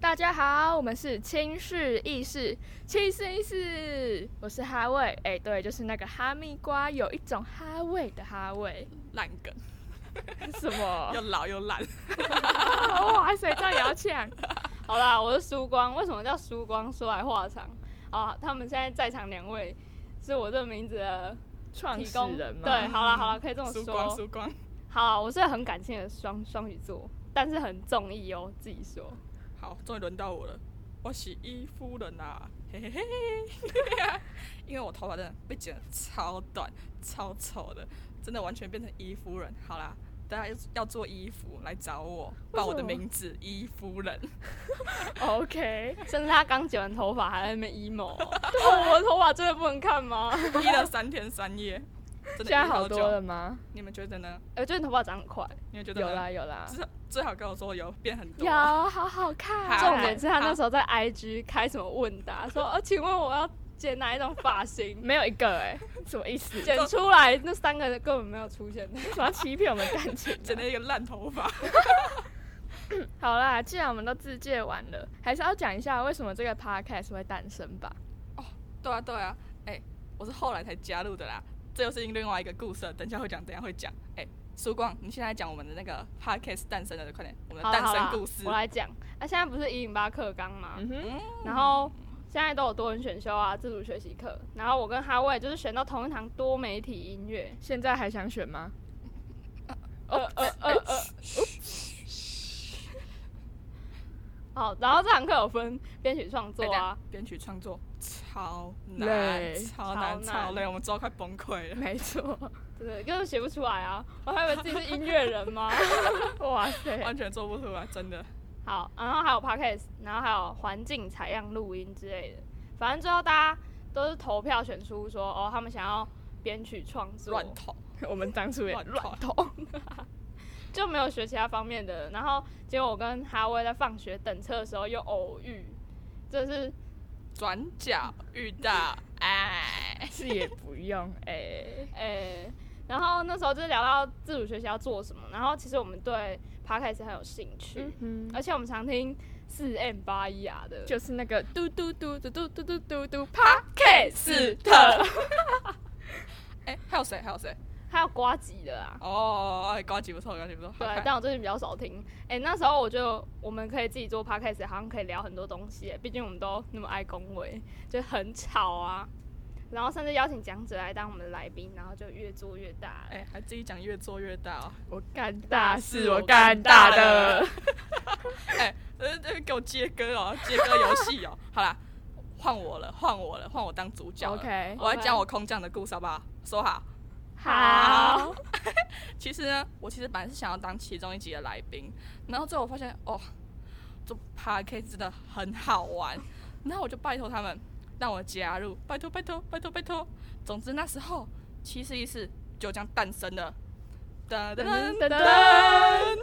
大家好，我们是轻视意识，轻视意识，我是哈味，哎、对，就是那个哈密瓜有一种哈味的哈味， 烂梗，什么又？老又 烂。哇塞，这也要抢？好啦，我是输光。为什么叫输光？说来话长。啊，他们现在在场两位是我这个名字的创提始供人嘛，对，好啦好啦，可以这么输光说。输光。好，我是很感性的双双鱼座，但是很中意哦，自己 说。好，终于轮到我了，我洗衣夫人啦，嘿嘿嘿嘿嘿， 因为我头发真的被剪得超短、超丑的，真的完全变成衣夫人。好啦，大家要要做衣服来找我，报我的为什么名字衣 夫人。 ，OK，甚至他刚剪完头发还在那边 emo，哦啊哦，我的头发真的不能 看吗？医了三天三夜，现真的在医好久多了。吗？你们觉得呢？我觉得你头发长很快，你们觉得有呢？啦有啦，最最好跟我说有变很多。有，好好看。好重点是他那时候在 IG 开什么问答，说呃，请问我要剪哪一种发 型？没有一个哎、什么意 思？剪出来那三个根本没有出现。为什么要欺骗我们感情、 剪了一个烂头发。 好啦，既然我们都自介完了，还是要讲一下为什么这个 podcast 会诞生吧。对啊，对啊，哎、我是后来才加入的啦，这又是另外一个故事了，等一下会讲，等一下会讲。哎、曙光，你现在讲我们的那个 podcast 诞生的，快点，我们的好啦诞好啦生故事哎我。来讲。那、现在不是一零八课纲嘛，嗯哼，然后现在都有多人选修啊，自主学习课。然后我跟哈维就是选到同一堂多媒体音乐。现在还想选吗？呃呃呃呃。好，然后这堂课有分编曲创作对啊的，，编曲创作超难，累超难，超超难累，我们之后快崩溃了。没错，对对，根本写不出来啊！我还以为自己是音乐 人吗？哇塞，完全做不出来，真的。好，然后还有 podcast，然后还有环境采样、录音之类的。反正最后大家都是投票选出说，哦，他们想要编曲创作，乱投， 我们当初也乱乱投， 就没有学其他方面的。然后结果我跟哈威在放学等车的时候又偶遇，这是转角遇到，哎，是也不用哎、诶、然后那时候就聊到自主学习要做什么，然后其实我们对 podcast 很有兴趣，嗯哼，而且我们常听四 M 八一 R 的，就是那个嘟嘟嘟嘟嘟嘟嘟嘟嘟 podcast，哎、还有谁？还有谁？还有瓜吉的啊。哦，哎高级不错，高级不错。好对看，但我最近比较少听。诶，那时候我就我们可以自己做 podcast，好像可以聊很多东西，毕竟我们都那么爱恭维，就很吵啊。然后甚至邀请讲者来当我们的来宾，然后就越做越大了。哎、还自己讲越做越大、哦。我干大事，事我我干干大大的的，哎、呃，呃给我接歌哦，接歌游戏哦。好啦，换我了，换我了，换我当主角了。 OK 我来讲我空降的故事好不好？说好。好， 其实呢，我其实本来是想要当其中一集的来宾，然后最后我发现哦，这 p a r k 真的很好玩，然后我就拜托他们让我加入，拜托拜托拜托拜托。总之那时候七十一世就这样诞生了。噔噔噔噔噔噔，噔，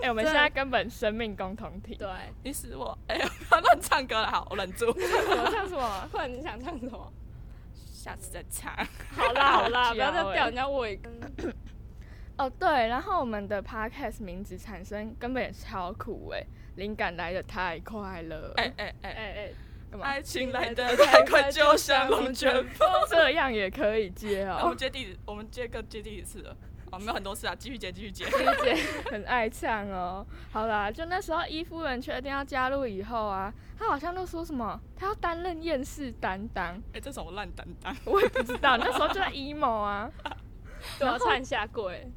哎、我们现在根本生命共同体，对，你死我！哎、 呀，不要乱唱歌了，好，我忍住， 什么像什 么？不然你想唱什么？下次再唱。好啦好啦， 好不要再焦欸吊人家胃口。哦，对，然后我们的 podcast 名字产生根本也超酷哎、灵感来的太快了，哎哎哎哎 哎，干嘛？爱情来的太快，就像龙卷风。这样也可以接 我哦们，接第，我们接更接第几次了？哦，没有很多次啊，继续接，继续接。姐姐很爱唱哦。好啦，就那时候伊夫人确定要加入以后啊，她好像都说什么，她要担任厌世担当，哎，这什么烂担当？我也不知道，那时候就在 emo 啊。都要唱下 跪，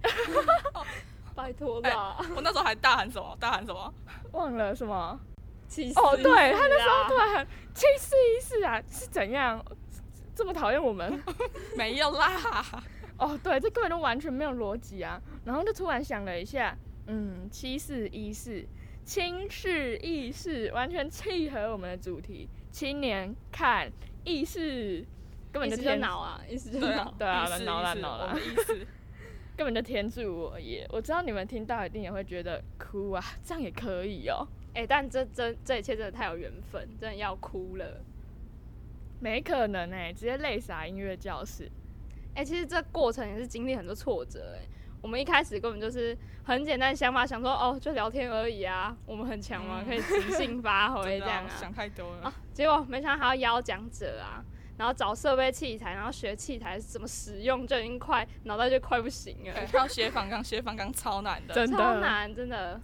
拜托啦！我那时候还大喊什么？大喊什么？忘了什么 气死哦，对你他那时候啦突然很 去试一试啊，是怎样这么讨厌我们？没有啦。哦，对，这根本就完全没有逻辑啊！然后就突然想了一下，嗯，七四一四，轻视意识，完全契合我们的主题，青年看意识，根本意就思就天，恼啊，意思就对恼啊，。对啊意思闹啦意思闹啦我们意思。根本就天助我也。我知道你们听到一定也会觉得哭啊，这样也可以哦。哎、但这真这一切真的太有缘分，真的要哭了。没可能欸哎、直接泪洒音乐教室。哎、其实这过程也是经历很多挫折哎、我们一开始根本就是很简单的想法，想说哦，就聊天而已啊，我们很强嘛，嗯可以即 兴发挥真这的样啊啊想。太多了啊。结果没想到还要邀讲者啊，然后找设备器材，然后学器材怎么使用，就已经快脑袋就快不行了对，，还有写反纲，写反纲超难的。真的超难，真的。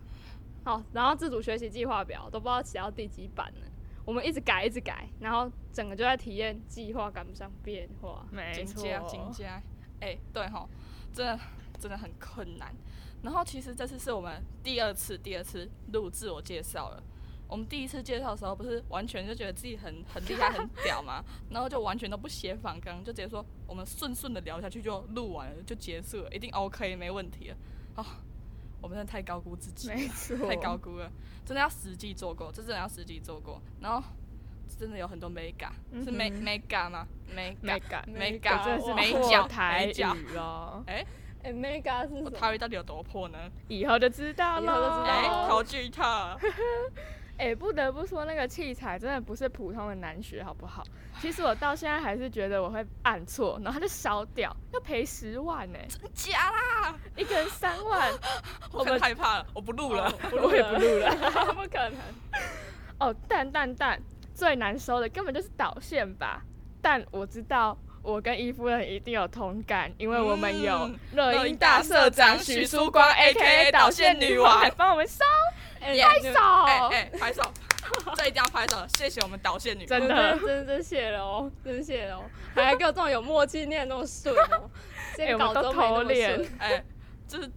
好，然后自主学习计划表都不知道写到第几版了，我们一直改一直改，然后整个就在体验计划赶不上变化。没紧错，接啊紧接啊，哎、对吼，真的真的很困难。然后其实这次是我们第二次第二次录自我介绍了。我们第一次介绍的时候，不是完全就觉得自己很很厉 害、很屌嘛，然后就完全都不写反纲，就直接说我们顺顺的聊下去就录完了，就结束了，一定 OK，没问题了。哦，我们真的太高估自己了。没错，太高估了，真的要实际做过，这真的要实际做过。然后真的有很多美感，嗯哼是美美感吗？美美感，感，美这啊感哦真的是美破角台美角语哦，哎、哎、m e g a 是什我台语到底有多破呢？以后就知道以后就知了。道哎、哦考巨特，哎、不得不说，那个器材真的不是普通的难学，好不好？其实我到现在还是觉得我会按错，然后它就烧掉，要赔十万呢、真假啦！一个人三万。我很害怕了，我不录了。不录也不录了， 不可能。哦，蛋蛋蛋，最难收的根本就是导线吧？但我知道，我跟伊夫人一定有同感，因为我们有嗯乐音大社长许淑光 （A.K.A. 导线女王）哦帮我们 收，哎、耶拍手哎哎、拍手， 这一定要拍手！谢谢我们导线女真王。的我 真真真谢了哦，真谢了哦，还给我这种有默契念得那么顺哦，这哎个我们稿都都没那偷么练顺。哎、这是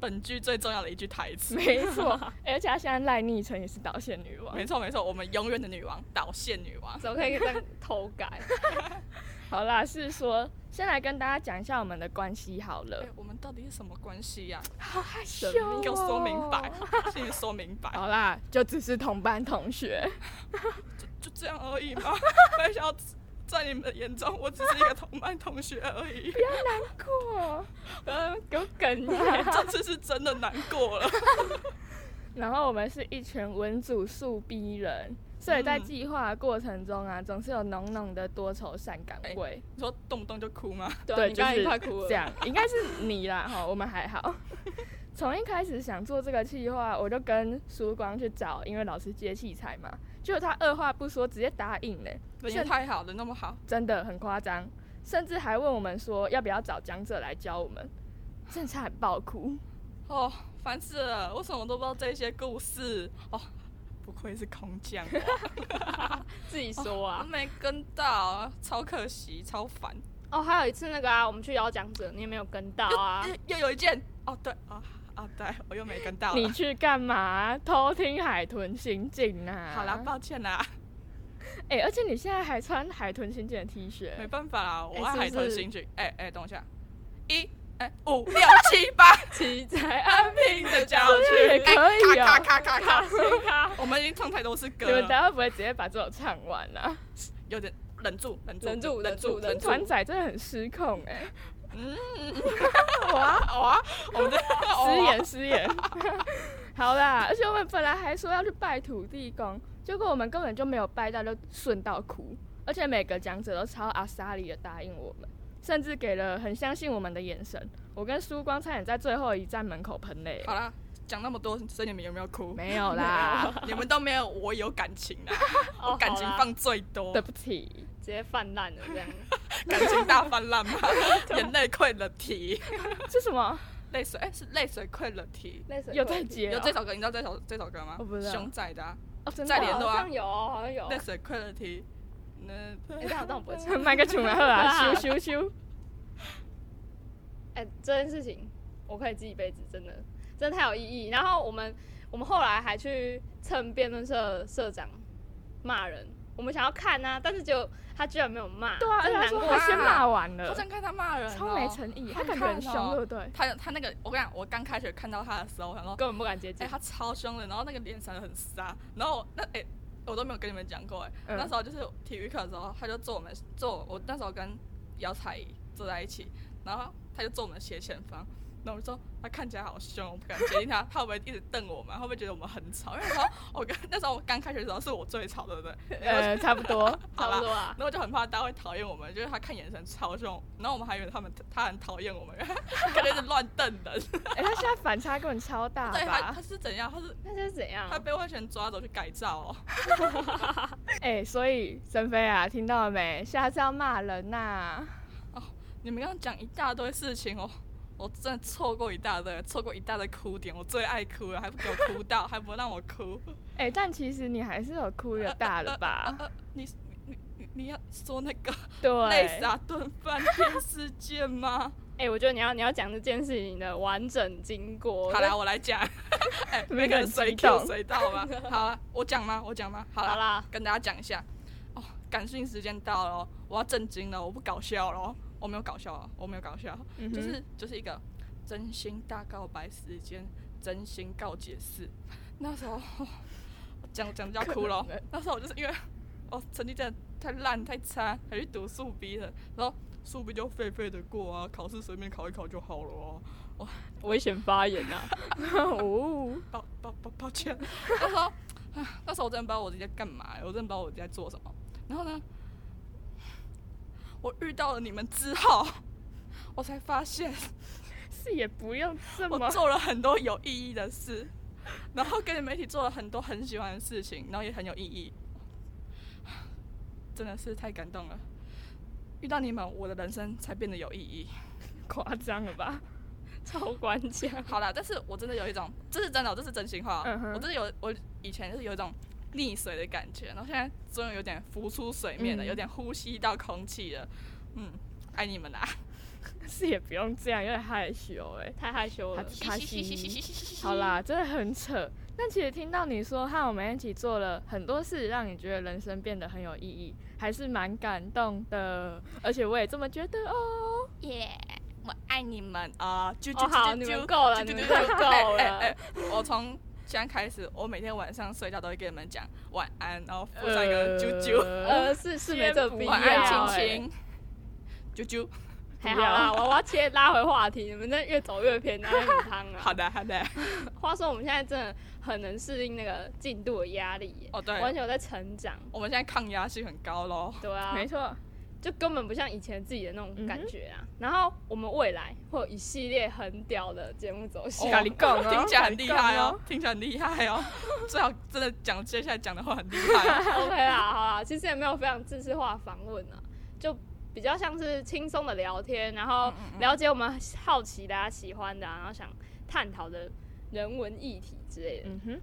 本剧最重要的一句台词。没 错。而且她现在赖昵称也是导线女王没。错没错，我们永远的女王，导线女王。怎么可以这样偷改？好啦，是说先来跟大家讲一下我们的哦关系好哎、了。我们到底是什么关系呀、好害哎羞哦你给我说明白，请你说明白。好啦，就只是同班同学。就这样而 已吗？没想到在你们的眼中，我只是一个同班同学而已。过。呃，给我哽咽。 这次是真的难过了。然后我们是一群文组素逼人，所以在嗯计划的过程中啊，总是有浓浓的多愁善感味。你说动不动就哭吗？对啊，对，你就刚才已是经快哭了。这样，应该是你啦哈，我们还好。从一开始想做这个计划，我就跟苏光去找音乐老师借器材嘛，结果他二话不说直接答应嘞、人也太好了，那么好，真的很夸张，甚至还问我们说要不要找讲者来教我们，真的差点爆哭。哦，烦死了！为什么我都不知道这些故事？哦，不愧是空 降，自己说我啊。没跟到，啊超可惜，超烦。哦，还有一次那个啊，我们去邀讲者，你也没有跟到 啊。又又有一件，哦对，哦哦对，我又没跟到你了。去干嘛？偷听海豚刑警啊！好啦，抱歉啦，哎、而且你现在还穿海豚刑警的 T 恤， 没办法啦，我爱哎海是不豚是刑警。哎哎，等我一下，一哎五六七八。奇才安平的郊也区， 可以哎咔哦。咔咔咔咔！我们已经唱太多次你歌们了，待会不会直接把这首唱完啊？有点忍住，忍住，忍住忍住，忍忍住住！团仔真的很失控哎、哇哇！我们的失，言失言。哦好啦，而且我们本来还说要去拜土地公，结果我们根本就没有拜到，就顺道哭。而且每个讲者都超阿莎里的答应我们，甚至给了很相信我们的眼神。我跟苏光差点在最后一站门口喷泪。好啦，讲那么多，所以你们有没有哭？没有啦，你们都没有，我有感情啊，哦，感情好啦放最多对，不起。直接泛滥了 这样。感情大泛滥嘛，眼泪溃了堤，这什么？泪水哎是泪水溃了堤。泪水有在接、有这首歌，你知道这首这首歌吗？啊我不知道熊仔的啊哦，真的再哦、联络啊好像有哦，好像有。泪水溃了堤。那哎，但我但我不 会唱。麦克琼来喝啊，咻咻咻！哎、这件事情我可以记一辈子，真的，真的太有意义。然后我们我们后来还去蹭辩论社社长骂人，我们想要看啊，但是就他居然没有骂，对啊，真的他难说过他死先了骂完了好，想看他骂人哦，呃超没诚意，他好感觉很看凶，哦对不对？他他那个，我跟你讲，我刚开学看到他的时候，我想说，根本不敢接哎、近。他超凶的，然后那个脸长得很杀，然后我那哎、我都没有跟你们讲过哎、嗯那时候就是体育课的时候，他就坐我们坐我那时候跟姚彩怡坐在一起，然后他就坐我们斜前方，然后我就说他看起来好凶，我不敢接近他，他会不会一直瞪我们？会不会觉得我们很吵？因为那时候我刚那时候我刚开学的时候是我最吵，对不对？呃，差不多。好差啦不多啊然。后我就很怕大家会讨厌我们，就是他看眼神超凶，然后我们还以为他们他很讨厌我们， 他感觉是乱瞪人。哎、他现在反差根本超大对，他吧他？是怎样？他是那是怎样他？被外星人抓走去改造哦。哎、所以沈飞啊，听到了没？下次要骂人呐、你们刚刚讲一大堆事情哦，我真的错过一大堆，错过一大堆哭点，我最爱哭了，还不给我哭到，还不让我哭。哎、但其实你还是有哭的大了 吧？呃，你你你你要说那个对，泪洒顿饭店事 件吗？哎、我觉得你要你要讲这件事情的完整经过。好啦，我来 讲。哎，那个那个很人随激动 Q 随到 吧。好了，我讲吗？我讲吗？好好了，啦，跟大家讲一下。哦，感性时间到了哦，我要震惊了，我不搞笑了哦，我没有搞笑啊，我没有搞笑。嗯哼就是就是一个真心大告白时间，真心告解释。 那时候我讲讲就要哭了哦可能，那时候我就是因为我成绩真的太烂太差，还去读数 B 的，然后数 B 就废废的过啊，考试随便考一考就好了哦。危险发言啊！ 哦，抱抱抱抱歉， 那时候啊那时候我真的不知道我自己在干嘛，欸我真的不知道我自己在做什么。然后呢，我遇到了你们之后，我才发现是也不用这么我做了很多有意义的事，然后跟你们一起做了很多很喜欢的事情，然后也很有意义， 真的是太感动了。遇到你们，我的人生才变得有意义。夸张了吧？超关键。好啦，但是我真的有一种，这是真的哦，这是真心话哦。嗯哼我真的有，我以前就是有一种溺水的感觉，然后现在终于有点浮出水面了，嗯有点呼吸到空气了。嗯，爱你们啦！是也不用这样，有点害羞哎、太害羞了还，嘻嘻嘻嘻嘻 好，啦，真的很扯。但其实听到你说和我们一起做了很多事，让你觉得人生变得很有意义，还是蛮感动的。而且我也这么觉得哦。耶、我爱你们啊！啾啾哦，好，啾你啾们啾！够了，对你对们对够对够哎哎了。哎我从现在开始，我每天晚上睡觉都会跟你们讲晚安，然后附上一个啾啾，呃， 呃，是是没这个必要、晚不要安，欸亲亲，啾啾。还好啦，我我要切拉回话题，你们这越走越偏，哪里很汤 啊？好的，好的。话说我们现在真的很能适应那个进度的压力耶，哦，哎对，完全有在成长。我们现在抗压性很高喽。对啊，没错，嗯就根本不像以前自己的那种感觉啊。然后我们未来会有一系列很屌的节目走向，跟你讲哦 听起来很跟你厉害讲哦哦，听起来很厉害哦。最好真的讲接下来讲的话很厉 害。 OK 啦，好啦，其实也没有非常知识化访问啊，就比较像是轻松的聊天，嗯然后了解我们好奇的、啊、喜欢的、啊，然后想探讨的人文议题之类的。嗯哼，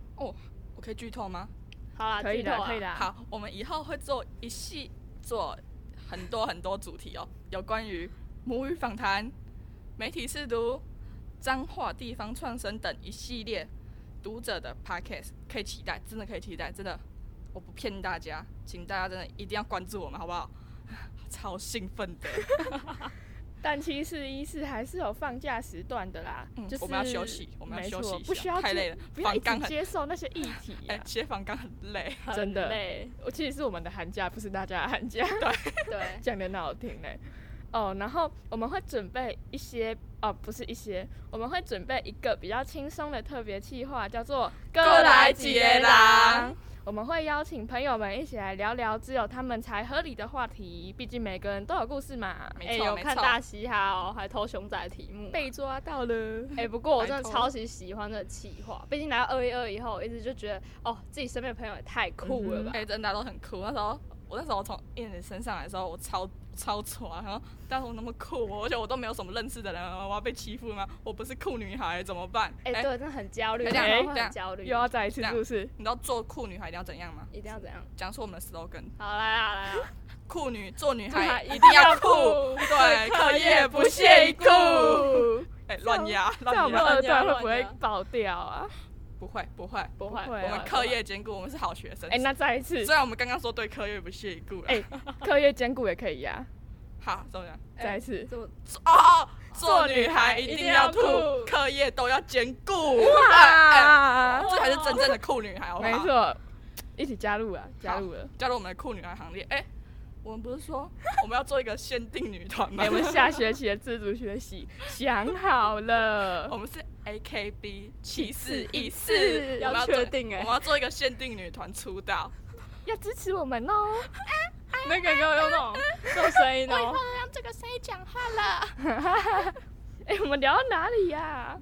我可以剧透吗？好啦，可以剧透的，啊可以。的。，好，我们以后会做一系做很多很多主题哦， 有关于母语访谈、媒体试读、脏话地方创生等一系列读者的 podcast，可以期待，真的可以期待，真的，我不骗大家，请大家真的一定要关注我们，好不好？ 超兴奋的，但七四一四还是有放假时段的啦，嗯就是我们要休息我们要没休息错一下不需要太接累了不要一反纲直很接受那些议题 哎、啊。写访纲很累，很真的累，我其实是我们的寒假，不是大家的寒假。 ，对讲的好听嘞。哦，然后我们会准备一些，哦，不是一些，我们会准备一个比较轻松的特别企划，叫做“哥来杰郎”。我们会邀请朋友们一起来聊聊只有他们才合理的话题，毕竟每个人都有故事嘛。没哎、错有没看错。大嘻哈哦，还偷熊仔的题目啊、被抓到了，哎、不过我真拜的托超级喜欢这个企划，毕竟来到二一二以后，我一直就觉得哦，自己身边的朋友也太酷了吧。哎、真的啊、都很酷。那时候我那时候从燕子身上来的时候，我超超丑啊，然后但是我那么酷，哦我而且我都没有什么认识的人，哦我要被欺负吗？我不是酷女孩怎么办？哎、对，真的很焦虑，等一下然等后一会下很焦虑，又要再一次这是样不是？你知道做酷女孩一定要怎样吗？一定要怎样？讲出我们的 slogan：好来啊来啊！酷女做女孩对一定要酷，一对，课业不屑 一顾。哎、乱压这样我们二乱压，乱段压会不会乱压爆掉啊？不会不会，不会，不会我啊们课业兼顾，我们是好学生。哎，那再一次虽，然我们刚刚说对课业不屑一顾了，哎课业兼顾也可以呀。好，怎么样？哎再一次，这么哦，做女孩一定要酷一定要酷，课业都要兼顾。啊哇哎哎这才是真正的酷女孩，好不啊没好？错，一起加入啊，加入了。加入我们的酷女孩行列。哎，我们不是说我们要做一个限定女团吗哎，？我们下学期的自主学 习想好 我了，们是 AKB 七四一四，是我们要做确定我哎们，要做一个限定女团出道，要支持我 们哦。那个给我用那种做声音 哦，让这个谁讲话了？哎，我们聊到哪里呀、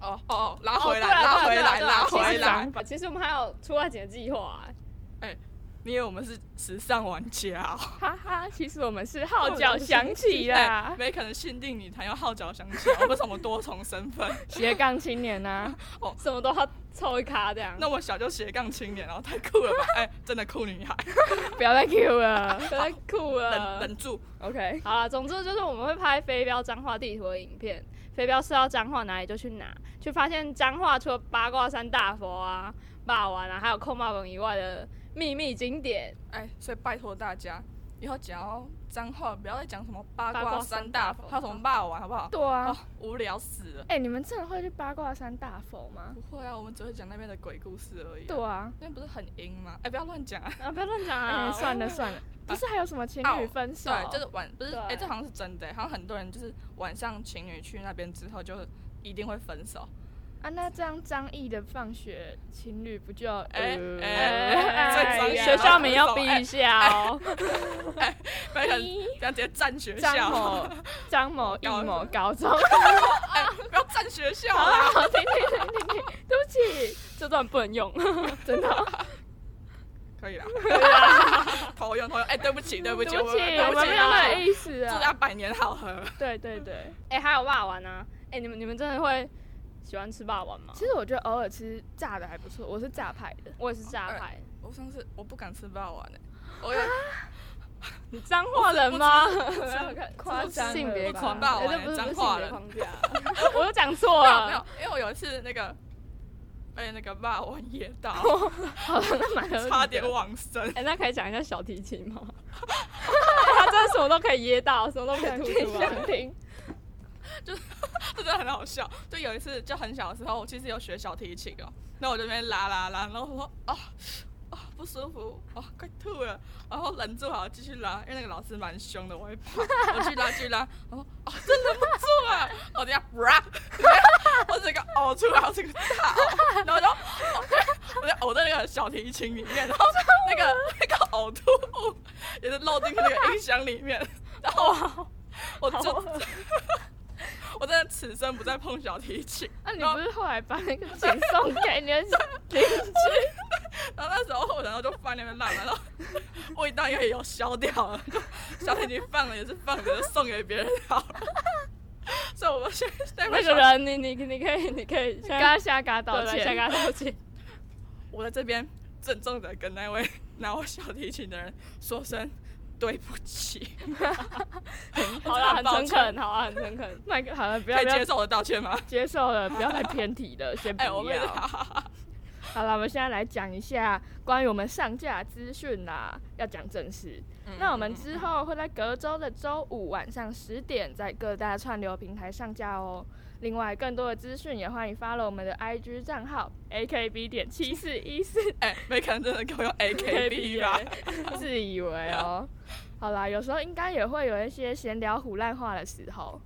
哦哦哦，拉哦回来，对啊拉对啊回对啊来，对啊拉其实回来长。其实我们还有出外景的计划哎，你以为我们是时尚玩家哦？哈哈，其实我们是号角响起啊哎啦，没可能限定女团要号角响起，我们什么多重身份？ 斜杠青年啊呐、什么都要凑一卡这样。那么小就斜杠青年，然后太酷了吧？哎，真的酷女孩，不要再 Q 了。太酷忍了。忍住， OK，好了，总之就是我们会拍飞镖彰化地图的影片，飞镖射到彰化哪里就去哪，就发现彰化除了八卦山大佛啊、霸王啊，还有控霸本以外的秘密景点。哎，所以拜托大家。以后讲到脏话，不要再讲什么八八卦卦山山大大佛，佛还有什么霸王，好不好？对啊，哎、哎哦，无聊死了。你们真的会去八卦山大佛吗？不会啊，我们只会讲那边的鬼故事而已、对，啊，那边不是很阴吗？哎，不要乱讲啊！哦啊，不要乱讲哎、啊！算了算了，不是还有什么情侣分手？对，就是晚不是对啊哎、这好像是真的、好像很多人就是晚上情侣去那边之后就一定会分手。啊，那这样张译的放学情侣不就哎呃哎哎这呀学校名要逼一下哦。不然不要直接占学校，张某张某一高某高中，哎、 不要占学 校好啊！了，好停停停停停，对不起，这段不能用，真的哦，可以啦， 头用头用，哎、对不起 对不啊对起，不起，对我不们起没有啊那个意思祝啊，他百年好合。对对对。哎、还有霸王啊！哎、你们你们真的会喜欢吃霸王吗？其实我觉得偶尔吃炸的还不错，我是炸派 的。我也是炸派，我上次我不敢吃霸王呢、我有你脏话人吗？夸张了吧性别不吃狂霸王哎这不是脏不是话性别人框架，我都讲错没有没了有。，因为我有一次那个被那个霸王噎到，好了，那蛮合理的差点往生。哎、那可以讲一下小提琴吗？ 他真的什么都可以噎到，什么都可以想吐听出想 来。听。 真的很好笑。就有一次，就很小的时候，我其实有学小提琴哦，那我就在那边拉拉拉，然后我说啊啊不舒服，啊快吐了，然后忍住好继续拉，因为那个老师蛮凶的，我会怕，我去拉去拉，然后啊真忍不住了，我等下啪，我整个呕出来，我整个大呕，然后我就我就呕在那个小提琴里面，然后那个那个呕吐物也是漏进去那个音箱里面，然后我我就好恶我真的此生不再碰小提琴。那、啊你然后不是后来把那个钱送给你的邻居？ 然后那时候，然后就放那边烂了，然后味道也有消掉了，就小提琴放了也是放着，就送给别人好了。所以我现在那个，人，你你你可以你可以跟先他瞎嘎道对对先歉。跟他道歉。我在这边郑重的跟那位拿我小提琴的人说声对不起，好很啦，很抱诚歉恳， 好啦，很诚恳。那个好了，不要可以不要接受我的道歉吗？接受了，不要再偏题了，先不 哎、要。我没有。好了，我们现在来讲一下关于我们上架资讯啦，要讲正事。嗯那我们之后会在隔周的周五晚上十点在各大串流平台上架哦。另外，更多的资讯也欢迎 follow 我们的 IG 账号 AKB 点七四一四，哎、没可能真的给我用 AKB 吧？自以为哦。好啦，有时候应该也会有一些闲聊胡乱话的时候。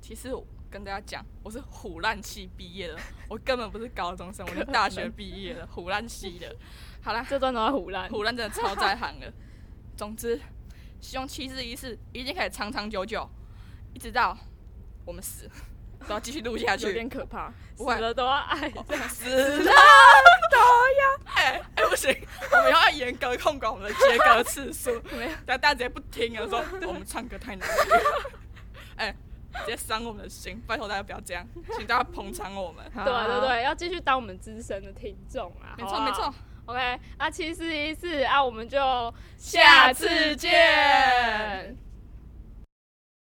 其实我跟大家讲，我是虎烂系毕业的，我根本不是高中生，我是大学毕业的，虎烂系的。好啦，这段都在胡乱。 虎烂真的超在行的。总之，希望七四一四一定可以长长久久，一直到我们死，都要继续录下有点去。可怕，不会死了都要爱。死了都要哎哎不行，我们要严格控管我们的接歌次数，但大家直接不听了，说我们唱歌太难听， 哎，直接伤我们的心，拜托大家不要这样，请大家捧场我们。对对对，对，要继续当我们资深的听众啊！没好错不好没错， OK，那七四一四啊，我们就下次见